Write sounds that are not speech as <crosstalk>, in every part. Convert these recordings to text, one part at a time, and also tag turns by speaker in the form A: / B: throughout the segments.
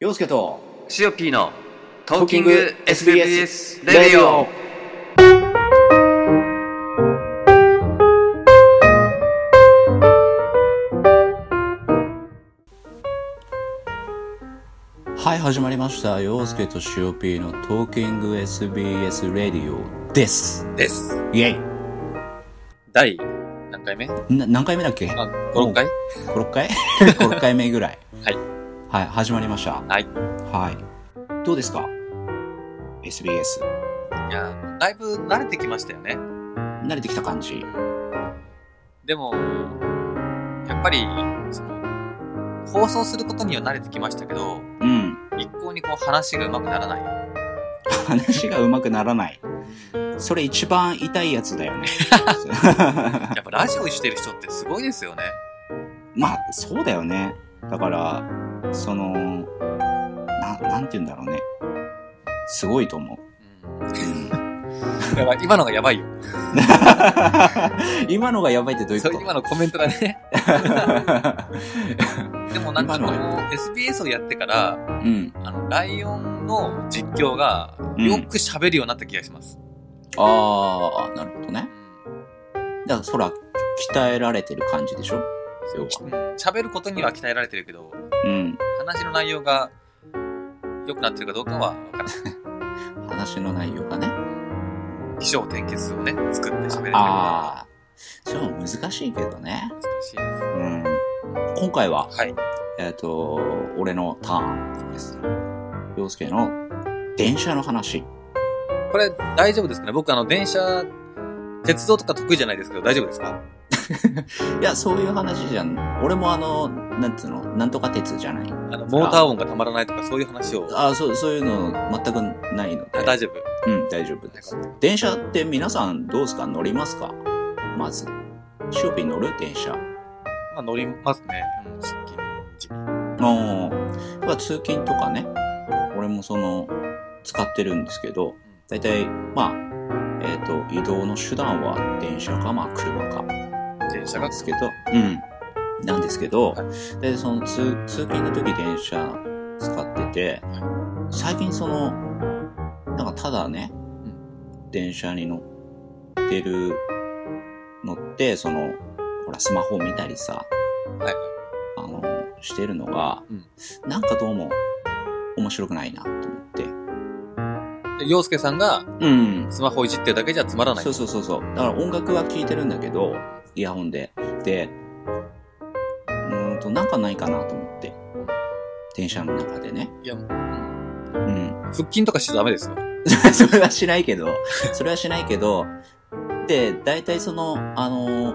A: 洋介と
B: シオピーのト
A: ーキ
B: ーキ
A: ン
B: ン
A: グ
B: グ
A: SBS
B: SBS
A: レ
B: レ
A: デ
B: デ
A: ィ
B: ィ
A: オ
B: オ。
A: はい始まりました洋介と塩 P のトーキング SBS レディオです
B: です。
A: イエ
B: 第何回目あ、
A: イな何回目だっけ
B: 5、6回
A: ?56
B: <laughs>
A: 回 ?56 回目ぐらい
B: はい
A: はい始まりました
B: はい。
A: はいどうですか SBS
B: いや、だいぶ慣れてきましたよね。
A: 慣れてきた感じ
B: でも、やっぱり、その、放送することには慣れてきましたけど、
A: うん
B: 一向にこう話がうまくなら <laughs> ない。
A: 話がうまくならないそれ一番痛いやつだよね <laughs>
B: やっぱラジオしてる人ってすごいですよね。
A: まあそうだよねだからそのななんて言うんだろうねすごいと思う <laughs>
B: うん。 <laughs>
A: うん
B: やばい今のがやばいよ。
A: 今のがやばいってどういう
B: そ
A: こ
B: れ
A: と
B: 今のコメントだね。でもなんかこ
A: 今
B: の SBS をやってから、
A: <laughs> うん
B: あの、ライオンの実況が
A: うん
B: よく喋るようになった気がします。
A: ああなるほどね
B: うん
A: だからそら鍛えられてる感じでしょ要は
B: 喋ることには鍛えられてるけど、
A: うん
B: 話の内容が良くなってるかどうかは分からない。
A: 話の内容がね
B: 衣装転結をね、作って喋れるか
A: ああそれも難しいけどね
B: どうか難しいで
A: うん今回は
B: す。はい。
A: えっ、と、俺のターンです。洋介の電車の話。
B: これ大丈夫ですかね僕あの電車、鉄道とか得意じゃないですけど大丈夫ですか
A: いや、そういう話じゃん。俺もあの、なんつうの、なんとか鉄じゃない。
B: あの、モーター音がたまらないとかそういう話を。
A: あそう、そういうの全くないので。
B: あ大丈夫。
A: 夫。うん、大丈夫です。電車って皆さんどうすか乗りますかまず。シオピン乗る電車。
B: まあ乗りますね。うん、出勤時に。
A: ああ。まあ通勤とかね。俺もその、使ってるんですけど、だいたい、まあ、えっ、と、移動の手段は電車か、まあ車か。
B: 電車
A: な
B: が
A: んで。すけど、うん。なんですけど、
B: は
A: で、その通、通勤の時電車使ってて、最近その、なんかただね、電車に乗ってる、乗って、その、ほら、スマホ見たりさ、
B: はい。
A: あの、してるのが、
B: うん
A: なんかどうも、面白くないなと思って。
B: で、洋介さんが
A: うん。
B: スマホいじってるだけじゃつまらない。
A: そうそうそうそう。だから音楽は聴いてるんだけど、イヤホンで。で、うーんと、なんかないかなと思って。電車の中でね。
B: いや、うん
A: うん。 <laughs>
B: 腹筋とかしちゃダメですよ。
A: それはしないけど、それはしないけど、で、大体その、あの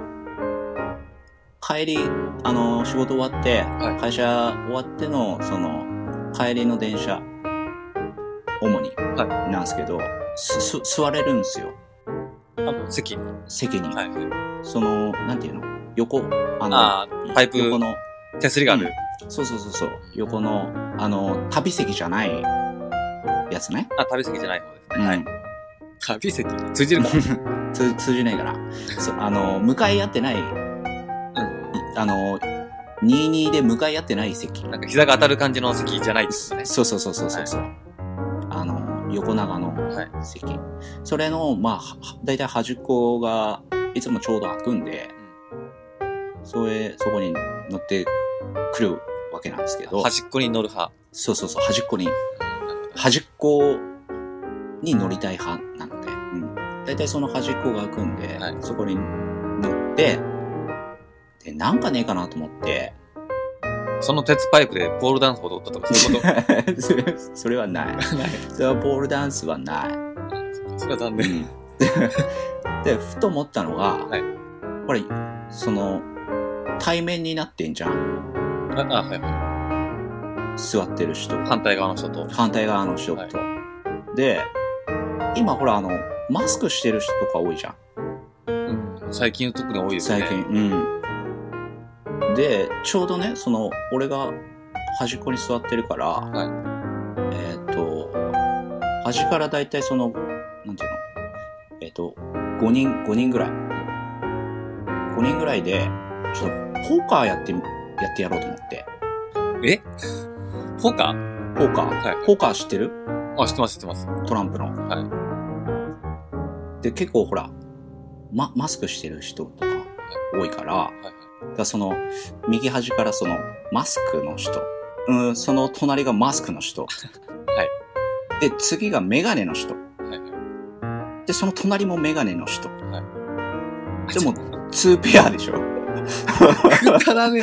A: 帰り、あの仕事終わって、
B: い
A: 会社終わっての、その、帰りの電車、主に、
B: は
A: なんですけど、す、す座れるんですよ。
B: あの、席に。は
A: 席に。
B: い。
A: その、なんていうの横、あの、
B: ああ、パイプ
A: 横の、
B: 手すりがある。
A: そうそうそうそう、横の、あの、旅席じゃないやつね。
B: あ、旅席じゃない方です
A: う
B: ね。
A: ん。
B: はい。旅席通じる
A: <laughs>
B: か
A: 通通じないから。そうあの、向かい合ってない、あの、22で向かい合ってない席。
B: なんか膝が当たる感じの席じゃないですね。
A: そうそうそうそうそうそう。あの、横長の
B: はい。
A: 席。それの、まあ、はだいたい端っこが、いつもちょうど開くんで、それ、そこに乗ってくるわけなんですけど。
B: 端っこに乗る派。
A: そうそうそう、端っこに、端っこに乗りたい派なので、うん。大体その端っこが開くんで、
B: はい
A: そこに乗って、で、なんかねえかなと思って、
B: その鉄パイプでポールダンス踊ったとか、そういうこ
A: それ <laughs> それはない。それはポールダンスはない。 <laughs>
B: と。それは残
A: う
B: 念。
A: ん。で、ふと思ったのが、
B: はい
A: これ、その、対面になってんじゃん。
B: あ、あはいは
A: 座ってる人。
B: い。反対側の人と。
A: 反対側の人と。で、今ほら、あの、マスクしてる人とか多いじゃん。
B: うん。最近特に多いですね。
A: 最近、うん。で、ちょうどね、その、俺が端っこに座ってるから、
B: はい
A: えーっ、と、端からだいたいその、なんていうのえーっ、と、5人、5人ぐらい。5人ぐらいで、ちょっと、ポーカーやってみ、やってやろうと思って。
B: えポーカー
A: ポーカー。
B: はい
A: ポーカー知ってる
B: あ、知ってます、知ってます。
A: トランプの。
B: は
A: で、結構ほら、ま、マスクしてる人とか多いから、
B: い。はい。
A: だからその、右端からその、マスクの人。うん、その隣がマスクの
B: <laughs>
A: 人。はい。で、次がメガネの人。
B: はい。はい
A: で、その隣もメガネの人。
B: はい。
A: でも、2ペアでしょ <laughs>
B: くだらね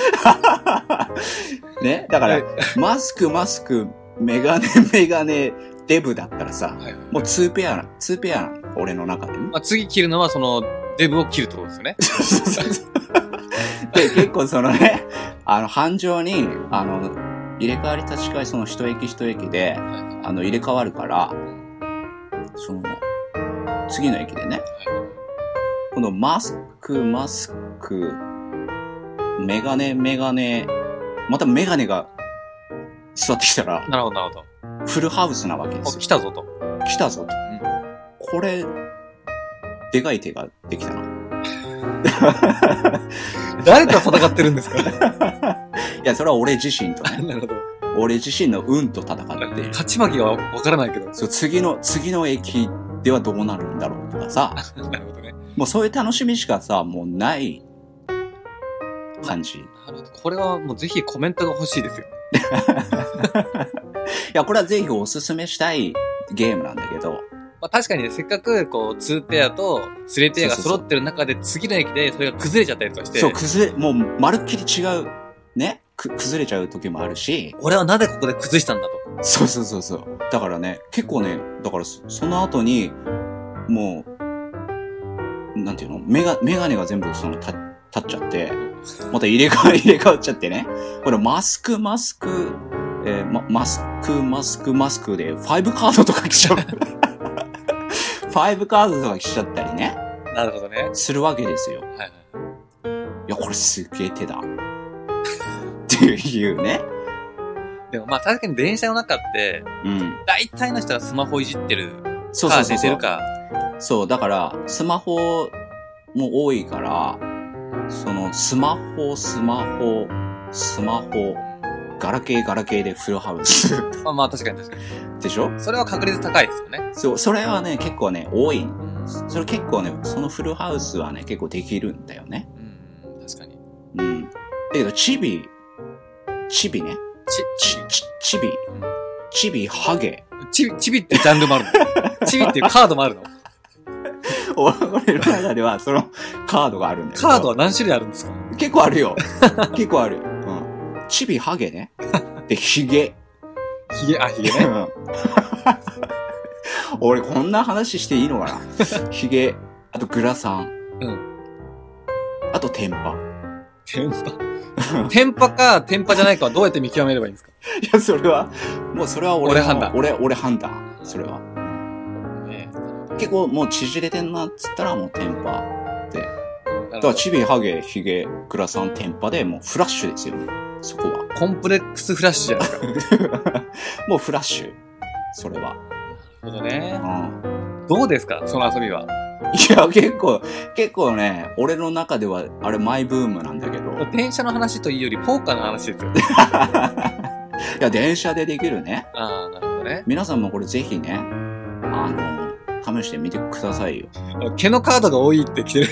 A: ねだから、
B: はい
A: マスク、マスク、メガネ、メガネ、デブだったらさ
B: え。、はい。
A: もう2ペアな、2ペアなの俺の中でね。
B: まあ、次切るのは、その、デブを切るってことですよ
A: <laughs>
B: ね。
A: そうそうそうで、結構そのね、 <laughs> あの、繁盛に、あの、入れ替わり立ち替え、その一駅一駅で、
B: はい。
A: あの、入れ替わるから、その、次の駅でね、このマスク、マスク、メガネ、メガネ、またメガネが座ってきたら、
B: なるほど、なるほ
A: フルハウスなわけで
B: ど。お
A: すよ。
B: 来たぞと。
A: 来たぞと。これ、でかい手ができたな。 <laughs>
B: 誰と戦ってるんです <laughs> か
A: いや、それは俺自身とね、
B: なるほど。
A: 俺自身の運と戦っている。
B: 勝ち負けはわからないけど。
A: そう、次の、次の駅ではどうなるんだろうとかさ、
B: なるほどね。
A: もうそういう楽しみしかさ、もうない感じ。い
B: なるほど。これはもうぜひコメントが欲しいですよ。
A: や、これはぜひおすすめしたいゲームなんだけど、
B: まあ確かにね、せっかくこう、2ペアと3ペアが揃ってる中で、次の駅でそれが崩れちゃったりとかして、
A: そう、崩れ、もうまるっきり違う、ね、く崩れちゃう時もあるし、
B: 俺はなぜここで崩したんだと。
A: そうそうそうそう。だからね、結構ね、だからそその後に、もう、なんていうのメガ、メガネが全部その、た、立っちゃって、また入れ替わ、入れ替わっちゃってね。これマスク、マスク、えーま、マスク、マスク、マスクで、ファイブカードとか来
B: <laughs>
A: ちゃう。ファイブカードとか来ちゃったりね、
B: なるほどね。
A: するわけですよ。
B: はいはい。
A: いや、これすげえ手だ。っていうね。
B: でもまあ確かに電車の中って、
A: うん。
B: 大体の人はスマホいじってる
A: そうそ
B: か
A: うそう
B: 寝
A: そ
B: て
A: う
B: る。か。
A: そう、だから、スマホも多いから、その、スマホ、スマホ、スマホ、ガラケー、ガラケーでフルハウス <laughs>
B: まあまあ確かに確かに。
A: でしょ
B: それは確率高いですよね。
A: そう、それはね、結構ね、多い。それ結構ね、そのフルハウスはね、結構できるんだよね。
B: うん、確かに。
A: うん。だけど、チビ、チビね。
B: ち、
A: チ、チ、チビ
B: うん。
A: チビ、ハゲ。 <laughs>
B: ち、ち、ちびってジャンルもあるの。 <laughs> ちびっていうカードもあるの。
A: 俺の中では、その、カードがあるんだけど
B: カードは何種類あるんですか
A: 結構ある
B: <laughs>
A: よ。結構ある。うん。チビ、ハゲね。で、ヒゲ。
B: ひげ、あ、ひげ
A: う
B: ね。
A: ん俺、こんな話していいのかなヒゲ。あと、グラサン。
B: うん。
A: あと、テンパ。
B: テンパ。テンパか、テンパじゃないかはどうやって見極めればいいんですか
A: いや、それは、もうそれは俺の
B: 俺判断
A: 俺、俺判断。それは。
B: ね
A: 結構、もう縮れてんなっつったら、もうテンパ。だ
B: だ
A: から、チビ、ハゲ、ヒゲ、グラサン、テンパで、もうフラッシュですよ。そこ
B: <laughs>
A: は。
B: コンプレックスフラッシュじゃないですか。なる
A: もうフラッシュ。それは。
B: ほどね
A: う。ん。
B: どうですかその遊びは。
A: いや、結構、結構ね、俺の中では、あれ、マイブームなんだけど。い
B: 電車の話というより、ポーカーの話ですよね。
A: や、電車でできるね。
B: ああ、なるほどね。
A: 皆さんもこれぜひね、あの、試してみてくださいよ。
B: あの毛のカードが多いって来てる。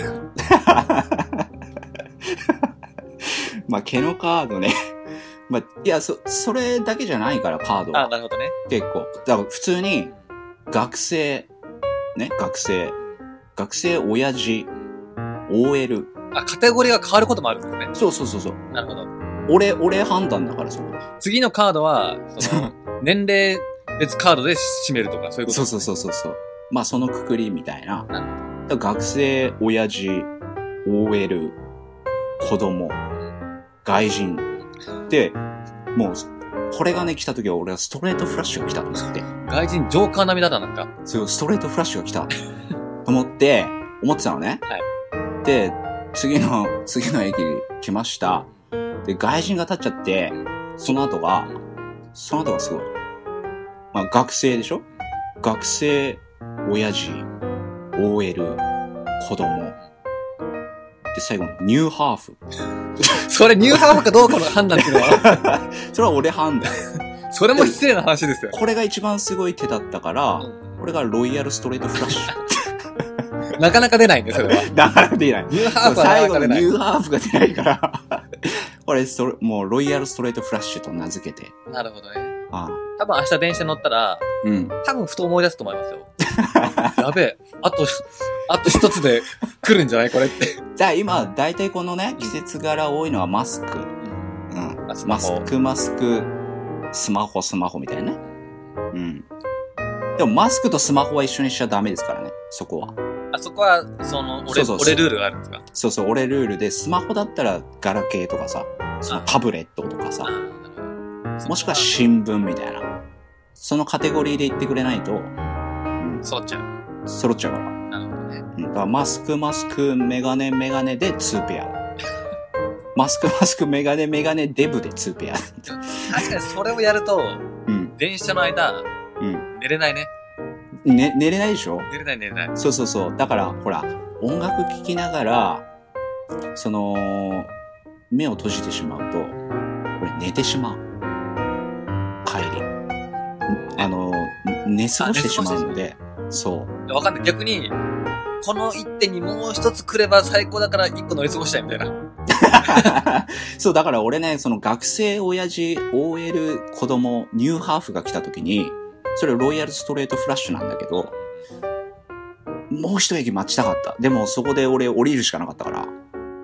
A: まあ、毛のカードね。 <laughs> まあ、いや、そ、それだけじゃないから、カード
B: あ
A: は
B: あ、なるほどね。
A: 結構。だから、普通に、学生、ね、学生、学生、親父、OL。
B: あ、カテゴリーが変わることもあるんですね。
A: そうそうそうそう。
B: なるほど。
A: 俺、俺判断だから、そこ。
B: 次のカードは、そ <laughs> の、年齢別カードで締めるとか、そういうこと
A: そうそう
B: う。
A: そうそうそう。まあそのくくりみたいな。
B: なる
A: だから学生、親父、OL、子供、外人。で、もう、これがね、来た時は俺はストレートフラッシュが来たと思って。
B: 外人ジョーカー並みだったなんか。
A: そう、ストレートフラッシュが来た。と思って、思ってたのね。
B: はい
A: で、次の、次の駅に来ました。で、外人が立っちゃって、その後が、その後がすごい。まあ、学生でしょ学生、親父、OL、子供。で、最後、ニューハーフ。
B: それニューハーフかどうかの判断っていうのは、
A: それは俺判断。
B: それも失礼な話ですよ。
A: これが一番すごい手だったから、これがロイヤルストレートフラッシ
B: <laughs> なかなか出ないね、それは。
A: ュ。だから出ない。
B: ニューハーフは
A: 最
B: なかな
A: 後
B: か
A: の
B: 出
A: ニ
B: ない。
A: ューハーフが出ないから、 <laughs> これそれ、もうロイヤルストレートフラッシュと名付けて。
B: なるほどね。
A: ああ
B: 多分明日電車乗ったら、
A: うん。
B: 多分ふと思い出すと思いますよ。やべえ。あと、あと一つで来るんじゃないこれって。
A: じゃあ今、大体このね、季節柄多いのはマスク。うん。
B: あスマ
A: マス
B: ホ。
A: ク、マスク、スマホ、スマホみたいなね。うん。でもマスクとスマホは一緒にしちゃダメですからね、そこは。
B: あそこは、その、俺、
A: そうそう
B: 俺ルールがあるんですか
A: そうそう、俺ルールで、スマホだったらガラケーとかさ、そのタブレットとかさ
B: あ、ーなるほど
A: もしくは新聞みたいな。そのカテゴリーで言ってくれないと、うん、
B: そっちゃう。
A: 揃っちゃうから。
B: なるほどね。
A: うん、だからマスク、マスク、メガネ、メガネで2ペ <laughs> ア。マスク、マスク、メガネ、メガネ、デブで2ペア。
B: 確かにそれをやると、
A: うん、
B: 電車の間、
A: うん。
B: 寝れないね。
A: ね、寝れないでしょ
B: 寝れない寝れない。
A: そうそうそう。だから、ほら、音楽聴きながら、その、目を閉じてしまうと、これ寝てしまう。帰り。あの、寝過ごしてしまうので、そう。
B: わかんない。逆に、この一点にもう一つ来れば最高だから一個乗り過ごしたいみたいな。
A: そう、だから俺ね、その学生親父、OL 子供、ニューハーフが来た時に、それロイヤルストレートフラッシュなんだけど、もう一駅待ちたかった。でもそこで俺降りるしかなかったから、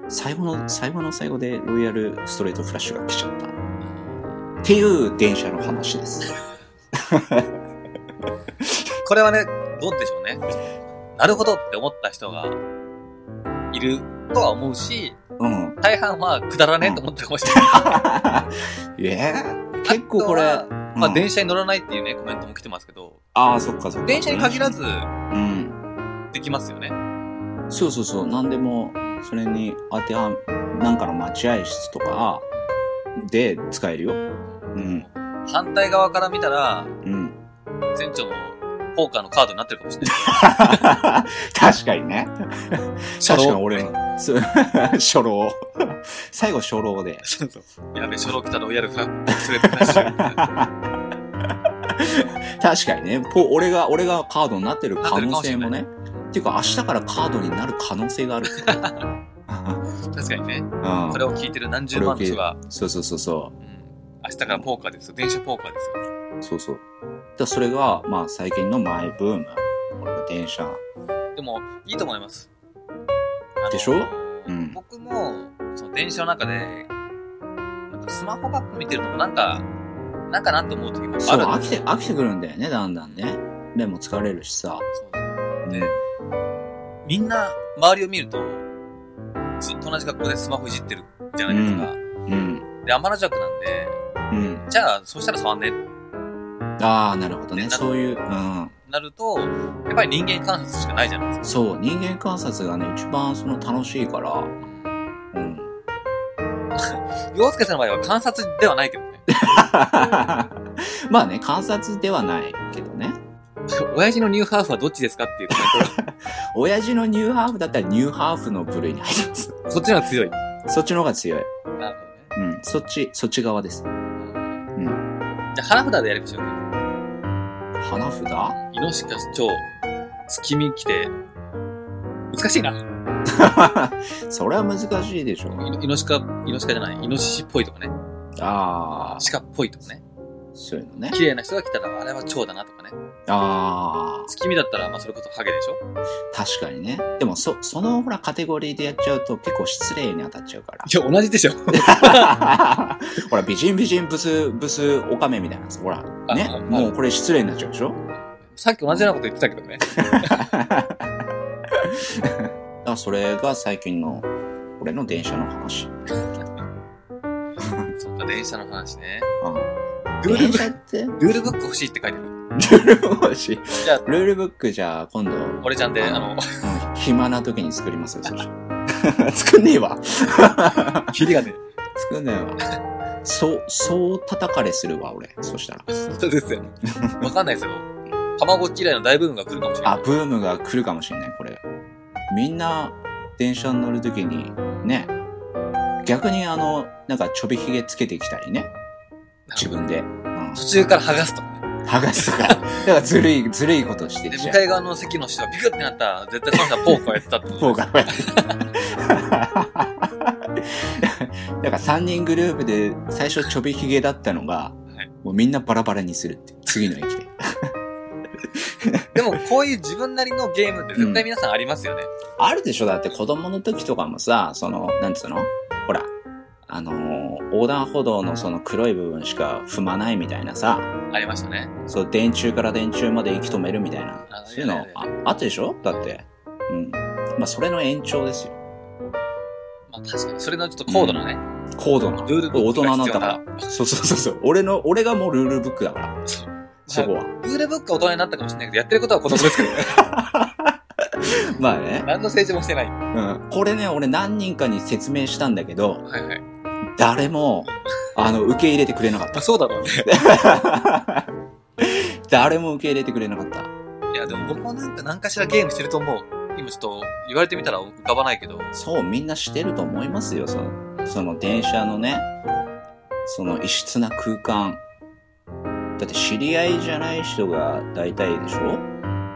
A: 最後の、最後の最後でロイヤルストレートフラッシュが来ちゃった。っていう電車の話です。
B: これはね、どうでしょうね。なるほどって思った人が、いるとは思うし、
A: うん。 <laughs>
B: 大半はくだらねえと思ってるかもしれない。
A: えー、結構これ、
B: あとまあ
A: うん
B: 電車に乗らないっていうね、コメントも来てますけど、
A: あー、そっかそっか。
B: 電車に限らず
A: うん。
B: できますよね。
A: そうそうそう、何でも、それに当てはめ、なんかの待合室とかで使えるよ。うん、
B: 反対側から見たら、
A: うん。 <laughs>
B: 船長のポーカーのカードになってるかもしれない。
A: 確かにね。
B: 初
A: 確かに
B: 老。
A: 俺も。そう <laughs> 初老。最後初老で。
B: <laughs> そうそう。やべ、初老来たらロイヤルフラッグすれてなし。
A: 確かにね。ポ俺が、俺がカードになってる可能性も
B: な
A: ね。っていうか、明日からカードになる可能性がある。 <laughs>
B: 確かにね。
A: うん
B: これを聞いてる何十万の人が、
A: そうそうそうそう。
B: うん明日からポーカーですよ。電車ポーカーです
A: そ
B: よ。
A: うそう。だからそれが、まあ、最近のマイブーム。俺が電車。
B: でも、いいと思います。あの
A: でしょうん
B: 僕も、その電車の中で、なんかスマホばっか見てるのもなんか、なんかなって思う時もあるんです
A: そう、
B: よ
A: 飽きて、飽きてくるんだよね、だんだんね。目も疲れるしさ。
B: そうそう
A: ね。
B: みんな、周りを見ると、ずっと同じ格好でスマホいじってるじゃないですか。
A: うん。
B: で、アマラジャクなんで、
A: うん。
B: じゃあ、そしたら触んねって
A: ああ、なるほどね。
B: ね
A: そういう、うん。
B: なると、やっぱり人間観察しかないじゃないですか。
A: そう、人間観察がね、一番その楽しいから。うん。 <laughs>
B: 洋介さんの場合は観察ではないけどね。
A: まあね、観察ではないけどね。
B: 親父のニューハーフはどっちですかっていうコメン
A: 親父のニューハーフだったらニューハーフの部類に入ります。 <laughs>
B: トがそっちの方が強い。な
A: そっちの方が強い。
B: る
A: うん。そっち、そっち側です。
B: ほどね。
A: うん。
B: じゃあ、花札でやりましょうか。
A: 花 <laughs> 札
B: イノシカ蝶、月見来て、難しいな。
A: それは難しいでしょ。
B: イノイノシカ、イノシカじゃない、イノシシっぽいとかね。
A: ああ、
B: 鹿っぽいとかね。
A: そういうのね。
B: 綺麗な人が来たら、あれは蝶だなとかね。
A: ああ。
B: 月見だったら、まあそれこそハゲでしょ
A: 確かにね。でも、そ、そのほらカテゴリーでやっちゃうと結構失礼に当たっちゃう
B: <laughs>
A: から。
B: いや、同じでしょ。
A: ほら、美人美人ブス、ブスオカメみたいなやつ。ほら、ね
B: ああ。
A: もうこれ失礼になっちゃうでしょ
B: さっき同じようなこと言ってたけどね。
A: だからそれが最近の、俺の電車の話。
B: そっか、電車の話ね。
A: あ
B: ルール
A: 電
B: ブ
A: 車
B: ッ
A: ってル
B: ク、ルールブック欲しいって書いてる。
A: ールブ <laughs> ックし
B: じゃあ
A: ルールブックじゃあ今度、うん
B: 俺ちゃんで、あの、
A: 暇な時に作りますよ、そしたら <laughs> 作んねえわ。
B: キリがね。
A: 作んねえわ。そう、そう叩かれするわ、俺。そしたら。
B: そうですよ。わかんないですよ。卵っち嫌いの大部分が来るかもしれな
A: あ、
B: い。
A: ブームが来るかもしれない、これ。みんな、電車に乗るときに、ね、逆にあの、なんかちょびひげつけてきたりね、自分で。うん
B: 途中から剥がすとかね。
A: 剥がすと
B: <laughs>
A: か。だからずるい、ずるいことして
B: で、
A: きち
B: 向
A: ゃ
B: か
A: <laughs> う。
B: い側の席の人はビクってなったら、絶対その人は <laughs> ポーカーやってたって
A: も
B: こ
A: う
B: と。
A: 頑張って。だから3人グループで最初ちょびひげだったのが、
B: はい
A: もうみんなバラバラにするって。次の駅で。
B: でも、こういう自分なりのゲームって絶対皆さんありますよね。
A: あるでしょだって子供の時とかもさ、その、なんつうのほら、あのー横断歩道のその黒い部分しか踏まないみたいなさ、
B: ありましたね。
A: そう、電柱から電柱まで息止めるみたいな
B: あ、
A: そういうの
B: ね
A: ああったでしょだって。うん。まあ、それの延長ですよ。
B: まあ確かに、それのちょっと高度なね、
A: 高度な。
B: ルールブッ
A: 大
B: ク
A: 人な
B: が
A: ん
B: 必
A: だ
B: 要
A: から
B: な。。
A: そうそうそうそう。俺の、俺がもうルールブックだから。そこは。
B: ルールブックは大人になったかもしれないけど、やってることは子供ですけどね。
A: まあね。
B: 何の成長もしてない。は
A: うん。これね、俺何人かに説明したんだけど、
B: いはい。
A: 誰も、あの、受け入れてくれなかっ
B: まあそうだろうね。
A: た。誰も受け入れてくれなかった。
B: いや、でも僕もなんか何かしらゲームしてると思う。今ちょっと言われてみたら浮かばないけど。
A: そう、みんなしてると思いますよ。その、その電車のね、その異質な空間。だって知り合いじゃない人が大体でしょ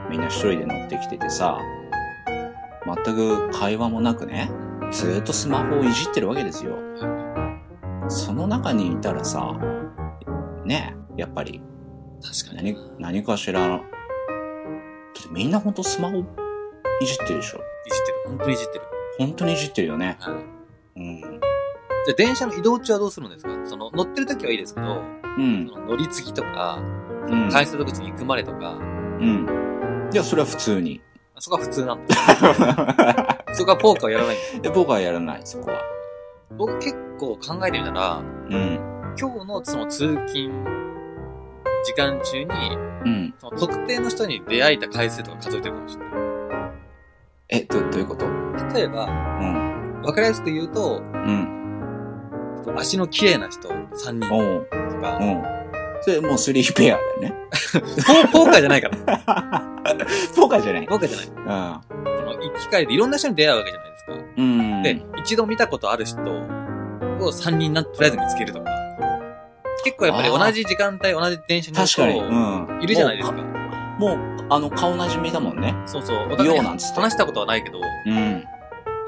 A: みんな一人で乗ってきててさ、全く会話もなくね、ずーっとスマホをいじってるわけですよ。その中にいたらさ、ねえ、やっぱり
B: 確かに
A: 何。何かしら、だってみんなほんとスマホいじってるでしょ
B: いじってる。本当にいじってる。
A: 本当にいじってるよね。
B: はい。
A: うん。
B: じゃあ電車の移動中はどうするんですかその乗ってる時はいいですけど、
A: うん。
B: その乗り継ぎとか、
A: うん。
B: 改札口に行くまでとか、
A: うん。いや、それは普通に。 <laughs>
B: そこは普通なんだ。そこはポーカーをやらないんだ。
A: で僕はやらない、そこは。
B: 僕結構考えてみたら、
A: うん。
B: 今日のその通勤時間中に、
A: うん。
B: その特定の人に出会えた回数とか数えてるかもしれな
A: え、ど、どういうことう
B: い。例えば、
A: ん。
B: わかりやすく言うと、
A: うん。
B: 足の綺麗な人3人
A: おう。
B: と
A: う
B: か、
A: ん。それもうスリーペアだよね。
B: ポーカーじゃないから。
A: ポーカーじゃない。
B: ポーカーじゃない。
A: う
B: その行き帰りでいろんな人に出会うわけじゃないですか。
A: ん。うん。
B: で、一度見たことある人を3人な、とりあえず見つけるとか。結構やっぱり
A: あー
B: 同じ時間帯、同じ電車に乗る
A: 確かに。
B: 人
A: うん。
B: いるじゃないですか。
A: もう。もう、あの、顔なじみだもんね。
B: そうそう。お
A: よ
B: 互
A: う
B: い
A: なんつって
B: 話したことはないけど、
A: うん。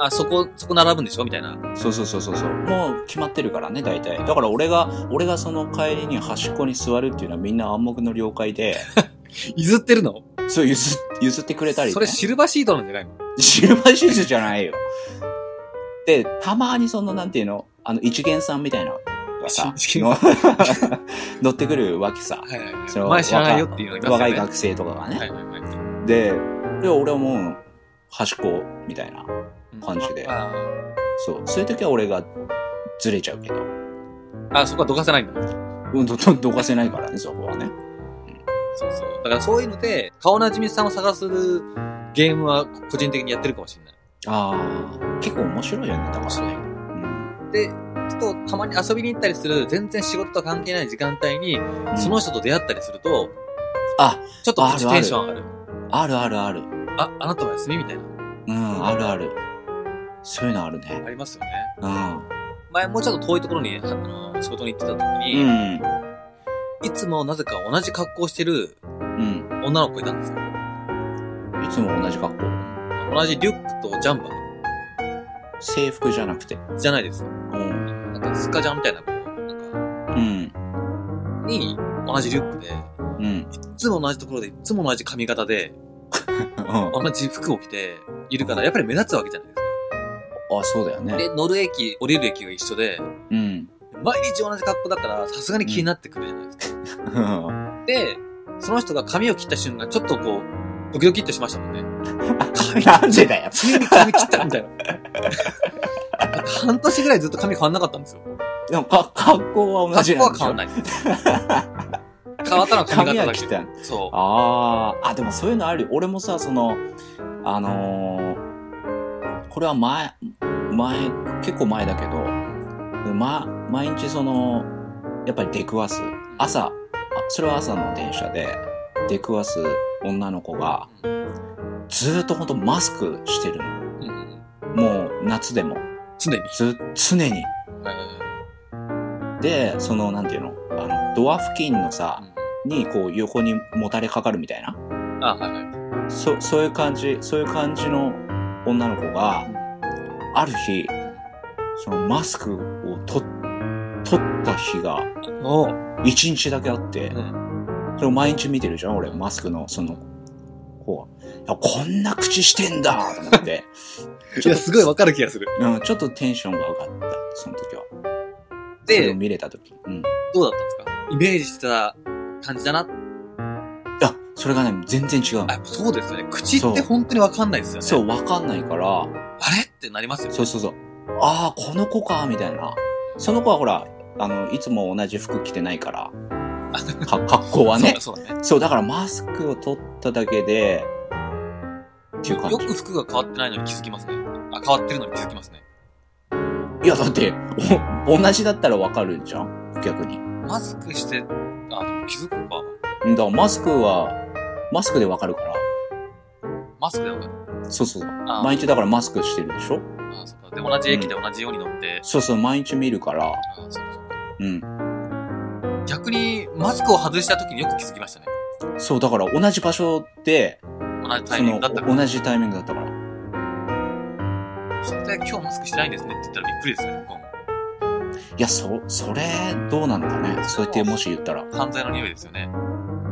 B: あ、そこ、そこ並ぶんでしょみたいな。
A: そうそうそうそうそう。もう決まってるからね、大体。だから俺が、俺がその帰りに端っこに座るっていうのはみんな暗黙の了解で、 <laughs>
B: 譲ってるの
A: そう譲っ譲ってくれたり、ね。
B: それシルバーシートなんじゃないの
A: シルバーシューズじゃないよ。で、たまにその、なんていうの、あの、一元さんみたいなのがさ、
B: <laughs> 一
A: の <laughs> 乗ってくるわけさ。
B: はいはい
A: そ
B: は
A: の
B: い。前知らないよっていうのいますよ
A: 若
B: ね。
A: い学生とかがね。
B: はいはいはい。
A: で、で俺はもう、端っこ、みたいな。
B: うん
A: 感じで
B: あ
A: そう。そういう時は俺がずれちゃうけど。
B: ーあ、そこはどかせないんだ。
A: うん、ど、 <laughs> ど、どかせないからね、そこはね。
B: そうそう。だからそういうので、顔なじみさんを探すゲームは個人的にやってるかもしれない。
A: ああ、結構面白いよね、だか
B: 面
A: ら
B: 白い
A: ね。うん
B: で、ちょっとたまに遊びに行ったりする、全然仕事と関係ない時間帯に、
A: うん
B: その人と出会ったりすると、
A: あ、
B: ちょっとこっちテンション上がる。
A: あるあるある。
B: あ、あなたは休みみたいな。
A: うん、あるある。そういうのあるね。
B: ありますよね。
A: うん。
B: 前もうちょっと遠いところに、あの、仕事に行ってた時
A: う
B: に、
A: ん。
B: いつもなぜか同じ格好をしてる
A: うん。
B: 女の子いたんですよ。
A: いつも同じ格好。
B: 同じリュックとジャンパー
A: 制服じゃなくて。
B: じゃないです。
A: うん。
B: なんかスカジャンみたいな、こう、なん
A: うん。
B: か、に、同じリュックで、い
A: うん。
B: つも同じところで、いつも同じ髪型で、同じ服を着ているから、やっぱり目立つわけじゃないですか。
A: あ、そうだよね。
B: で、乗る駅、降りる駅が一緒で、
A: うん。
B: 毎日同じ格好だから、さすがに気になってくるじゃないですか。
A: <laughs>
B: で、その人が髪を切った瞬間、ちょっとこう、ドキドキっとしましたもんね。髪、
A: なんでだよ。
B: ついに髪切ったみたいな。半年ぐらいずっと髪変わんなかったんですよ。
A: でもか格好は同じ
B: 格好
A: なん
B: は
A: でしょ
B: 変わんないです。変わったのは髪
A: 髪
B: 型
A: は
B: だ
A: 切っ
B: け。
A: たの
B: そ
A: あーあ、でもそういうのあるよ。俺もさ、その、あのーこれは前、前、結構前だけど、ま、毎日その、やっぱり出くわす。朝、あそれは朝の電車で、出くわす女の子が、
B: う。うん
A: ずーっとほんとマスクしてるの。
B: うんうん
A: もう夏でも
B: 常に。
A: ず常に。
B: えー
A: で、そのなんていうのあのドア付近のさ、
B: う
A: にこう横にもたれかかるみたいな。
B: ん、あ、はいはい。
A: そ、そういう感じ、そういう感じの女の子が、ある日、そのマスクを取っ、取った日が、
B: お
A: 一日だけあって、
B: うん。
A: それを毎日見てるじゃん俺、マスクの、その、こう。いや、こんな口してんだと思って。 <laughs>
B: いや、すごいわかる気がする。
A: うん、ちょっとテンションが上がった、その時は。それを
B: で、
A: 見れた時。うん。
B: どうだったんですかイメージしてた感じだな。
A: あ、それがね、全然違うの
B: あ、。やっぱそうですよね。口っ
A: そう
B: て本当にわかんないですよね。
A: そう、わかんないから、
B: あれってなりますよね。
A: そうそうそう。ああ、この子か、みたいな。その子はほら、あの、いつも同じ服着てないから、か格好はね。
B: <laughs> そうだそうだね。
A: そう、だからマスクを取っただけで、っていう感
B: よ
A: じ。
B: く服が変わってないのに気づきますね。あ、変わってるのに気づきますね。
A: いや、だって、お同じだったらわかるじゃん逆に。
B: マスクして、あ、でも気づくか。
A: うんだからマスクは、マスクでわかるから。
B: マスクでわかる。
A: そうそうそう。
B: あ
A: 毎日だからマスクしてるでしょ
B: あ、そっか。で、同じ駅で同じように乗って。
A: そうそう、毎日見るから。
B: あ、そうかそうか。
A: うん。
B: 逆に、マスクを外した時によく気づきましたね。
A: そう、だから同じ場所で、
B: 同じタ
A: そ
B: イミン
A: の
B: グだったから。
A: 同じタイミングだったから。
B: それで今日マスクしてないんですねって言ったらびっくりですよね、今後
A: いや、そ、それ、どうなのかね。そうやってもし言ったら。
B: 犯罪の匂いですよね。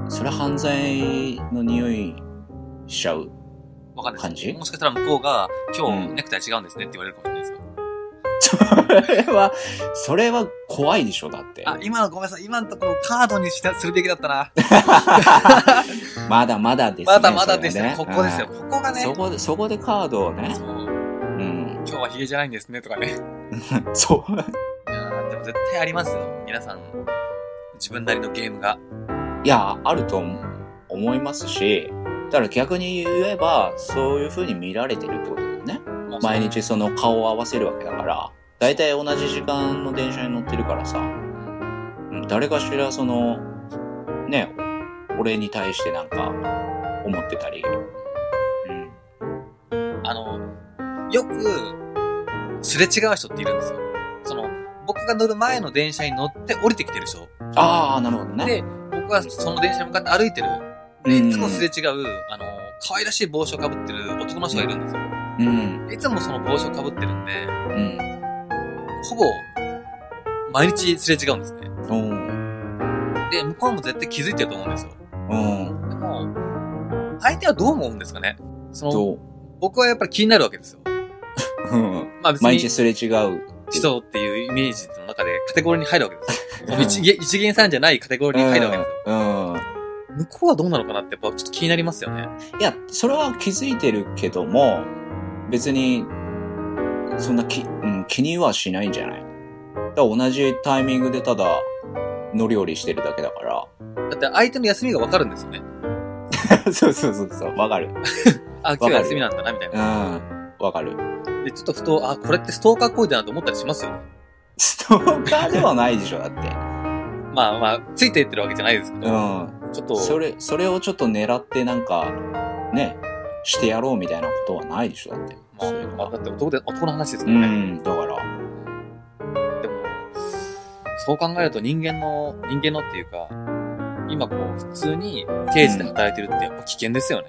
A: それ犯罪の匂いしち
B: <laughs>
A: ゃう。
B: わかんない
A: 感
B: です
A: じ
B: もしかしたら向こうが、今
A: う
B: 日
A: ん
B: ネクタイ違うんですねって言われるかもしれないで
A: そ
B: すよ。
A: れは、それは怖いでしょ、だって。
B: あ、今のごめんなさい、今のところカードにしたするべきだったな。
A: まだまだですね。
B: まだまだですよ、
A: そ
B: こ
A: れは
B: こですよ。ここが
A: うん
B: ね。
A: そこで、そこでカードをね。
B: そう
A: うん。
B: 今日はヒゲじゃないんですねとかね。い
A: そう。
B: やー <laughs> でも絶対ありますよ。皆さん、自分なりのゲームが。
A: いや、あると思いますし、だから逆に言えば、そういう風に見られてるってことだよね。
B: まあ
A: 毎。日その顔を合わせるわけだから、だいたい同じ時間の電車に乗ってるからさ、うん誰かしらその、ね、俺に対してなんか思ってたり、うん、
B: あの、よく、すれ違う人っているんですよ。その、僕が乗る前の電車に乗って降りてきてる人。
A: ああ、なるほどね。
B: で、僕がその電車に向かって歩いてる。
A: うん
B: で、いつもすれ違う、あの、可愛らしい帽子をかぶってる男の人がいるんですよ。
A: うん、
B: いつもその帽子をかぶってるんで、
A: うん。
B: ほぼ、毎日すれ違うんですね。
A: おー
B: で、向こうも絶対気づいてると思うんですよ。
A: うん、
B: でも、相手はどう思うんですかねその、
A: どう
B: 僕はやっぱり気になるわけですよ。
A: うん
B: まあ別
A: 毎日
B: に、
A: すれ違う。
B: 人っていうイメージの中でカテゴリーに入るわけですよ。その一
A: <laughs>
B: 元一元さんじゃないカテゴリーに入るわけですよ。
A: うん。うん
B: 向こうはどうなのかなってやっぱちょっと気になりますよね。
A: いや、それは気づいてるけども、別に、そんな気、うん、気にはしないんじゃないだから同じタイミングでただ、乗り降りしてるだけだか
B: だって相手の休みがわかるんですよね。
A: ら。そうそうそうそう、わかる。
B: あ、今日休みなんだな、みたい
A: うん、
B: な。
A: わかる。
B: で、ちょっとふと、あ、これってストーカー行為だなと思ったりしますよね。
A: ストーカーではないでしょ、だって。
B: まあまあ、ついていってるわけじゃないですけど、
A: う
B: ちょっと、
A: ん。それ、それをちょっと狙ってなんか、ね、してやろうみたいなことはないでしょ、だって。
B: まあ
A: そういうの
B: まあ、
A: は
B: だって男で、男の話です
A: う
B: からね。
A: ん、だから。
B: でも、そう考えると人間の、人間のっていうか、今こう、普通に刑事で働いてるってやっぱ危険ですよね。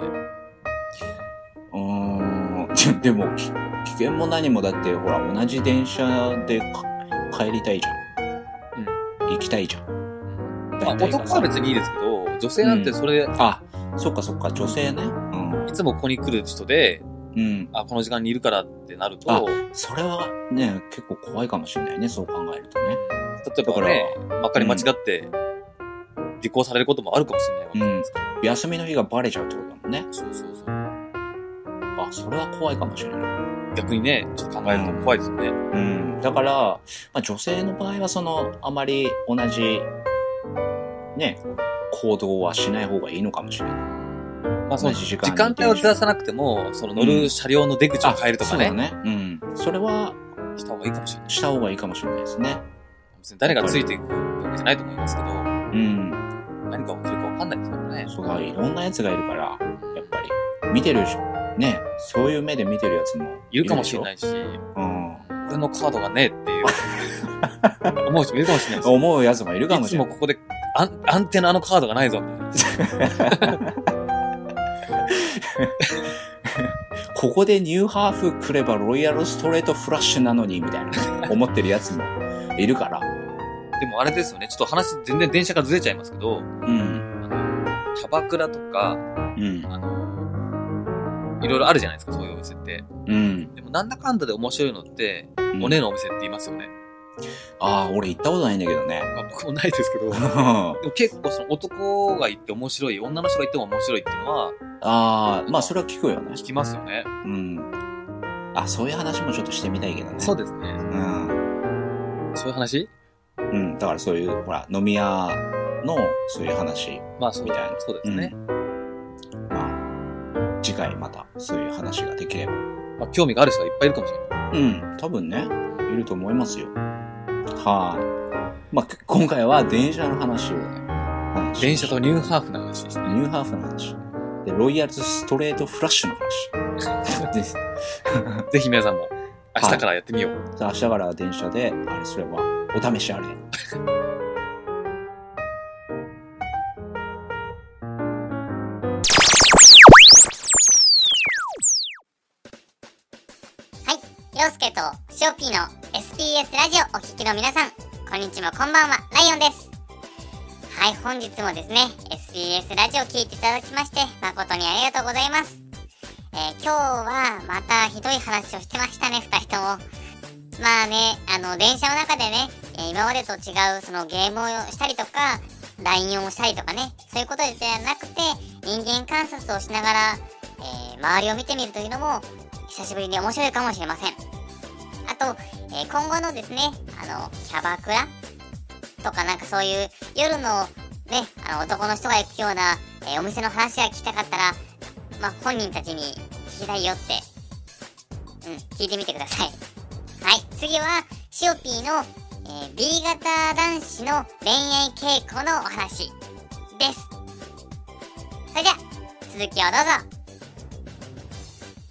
A: うーん、でも、き危険も何もだって、ほら、同じ電車でか帰りたいじゃん。行きたいじゃん。
B: まあ、
A: 大体が
B: 男は別にいいですけど、女性なんてそれ、
A: あ、そっかそっか、女性ね。うん。
B: いつもここに来る人で、
A: うん。
B: あ、この時間にいるからってなると、
A: あそれはね、結構怖いかもしれないね、そう考えるとね。
B: 例えばね、まかり間違って、履行されることもあるかもしれないわけじゃないですか。
A: 休みの日がバレちゃうってことだもんね。
B: そうそうそう。
A: あ、それは怖いかもしれない。
B: 逆にね、ちょっと考えると怖いですよね。
A: うん。だから、まあ、女性の場合は、その、あまり同じ、ね、行動はしない方がいいのかもしれない。
B: まあその
A: 同じ
B: 時
A: 時間に
B: 間帯をずらさなくても、その乗る車両の出口を変えるとかね、
A: そうだね。うん。それは、
B: した方がいいかもしれない。
A: した方がいいかもしれないですね。
B: 別に誰がついていくわけじゃないと思いますけど、
A: うん。
B: 何が起きるかわかんないですからね。
A: そうだ、いろんなやつがいるから、やっぱり。見てるし、ね、そういう目で見てるやつも
B: いるかもしれないいし、
A: でしょ。うん。
B: 俺
A: <laughs>
B: のカードがねえっていう、思う人もいるかもしれないし、
A: 思うやつもいるか
B: い
A: もし
B: つ
A: れな
B: も
A: い。
B: ここでアンアンテナのカードがないぞ、みたいな。
A: ここでニューハーフ来ればロイヤルストレートフラッシュなのに、みたいな、思ってるやつもいるから。
B: でもあれですよね、ちょっと話全然電車がずれちゃいますけど、
A: うん。
B: あの、キャバクラとか、
A: うん。
B: あの、いろいろあるじゃないですか、そういうお店って。
A: うん。
B: でもなんだかんだで面白いのって、
A: うん
B: お姉のお店って言いますよね。
A: ああ、俺行ったことないんだけどね。 <laughs>
B: まあ僕もないですけど。で
A: あ
B: も結構その男が行って面白い、女の人が行っても面白いっていうのは
A: あー、まあそれは聞くよね。
B: 聞きますよね。
A: うん。あ、そういう話もちょっとしてみたいけどね。
B: そうですね。
A: うん。
B: そういう話
A: うん。だからそういう、ほら、飲み屋のそういう話。
B: まあそう
A: みたいな
B: そうですね。
A: うん。まあ、次回またそういう話ができれば。
B: まあ興味がある人がいっぱいいるかもしれない。
A: うん。多分ね、いると思いますよ。はい。まあ、け今回は電車の話をね。話
B: 電車とニューハーフの話でしたね。
A: ニューハーフの話。で、ロイヤルズストレートフラッシュの話。です。
B: ぜひ皆さんも明日からやってみよう。
A: 明日から電車で、あれすれば、お試しあれ。
C: 洋介とシオピーの SBS ラジオお聞きの皆さん、こんにちはこんばんは、ライオンです。はい、本日もですね、SBS ラジオ聞いていただきまして、誠にありがとうございます。えー今日はまたひどい話をしてましたね、二人とも。まあね、あの、電車の中でね、えー今までと違うそのゲームをしたりとか、LINE をしたりとかね、そういうことじゃなくて、人間観察をしながら、えー周りを見てみるというのも、久しぶりに面白いかもしれませんあと、えー今後のですねあのキャバクラとかなんかそういう夜のねあの男の人が行くような、えーお店の話が聞きたかったら、まあ、本人たちに聞きたいよってうん聞いてみてくださいはい次はシオピーの、えー B 型男子の恋愛傾向のお話ですそれじゃあ続きをどうぞ